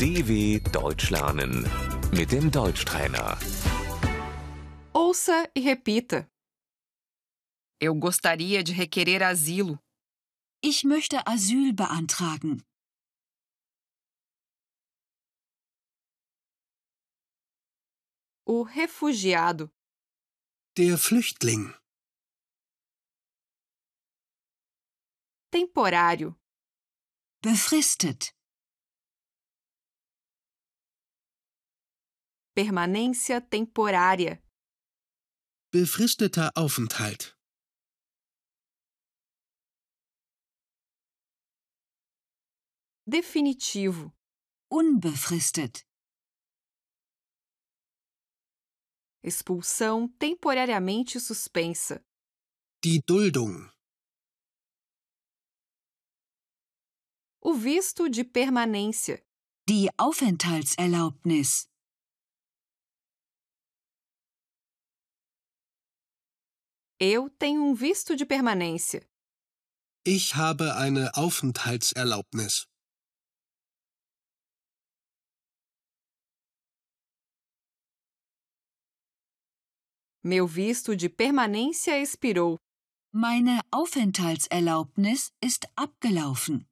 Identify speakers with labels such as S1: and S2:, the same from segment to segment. S1: DW Deutsch lernen mit dem Deutschtrainer.
S2: Ouça e repita.
S3: Eu gostaria de requerer asilo.
S4: Ich möchte Asyl beantragen.
S2: O refugiado,
S5: Der Flüchtling.
S2: temporário,
S4: Befristet.
S2: permanência temporária,
S5: Befristeter Aufenthalt.
S2: definitivo,
S4: Unbefristet.
S2: expulsão temporariamente suspensa,
S5: Die Duldung.
S2: o visto de permanência,
S4: Die Aufenthaltserlaubnis.
S2: eu tenho um visto de permanência,
S5: Ich habe eine Aufenthaltserlaubnis.
S2: meu visto de permanência expirou,
S4: Meine Aufenthaltserlaubnis ist abgelaufen.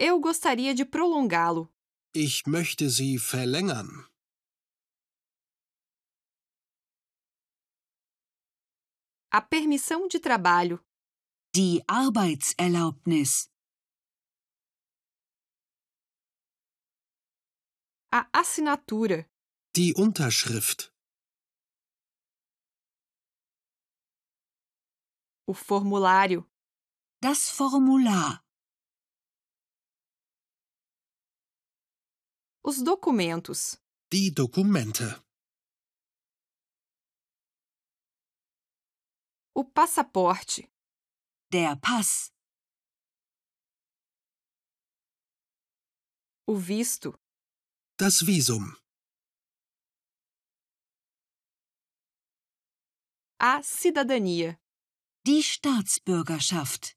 S2: eu gostaria de prolongá-lo,
S5: Ich möchte sie verlängern.
S2: a permissão de trabalho,
S4: Die Arbeitserlaubnis.
S2: a assinatura,
S5: Die Unterschrift.
S2: o formulário,
S4: Das Formular.
S2: os documentos,
S5: Die Dokumente.
S2: o passaporte,
S4: Der Pass.
S2: o visto,
S5: Das Visum.
S2: a cidadania.
S4: Die Staatsbürgerschaft.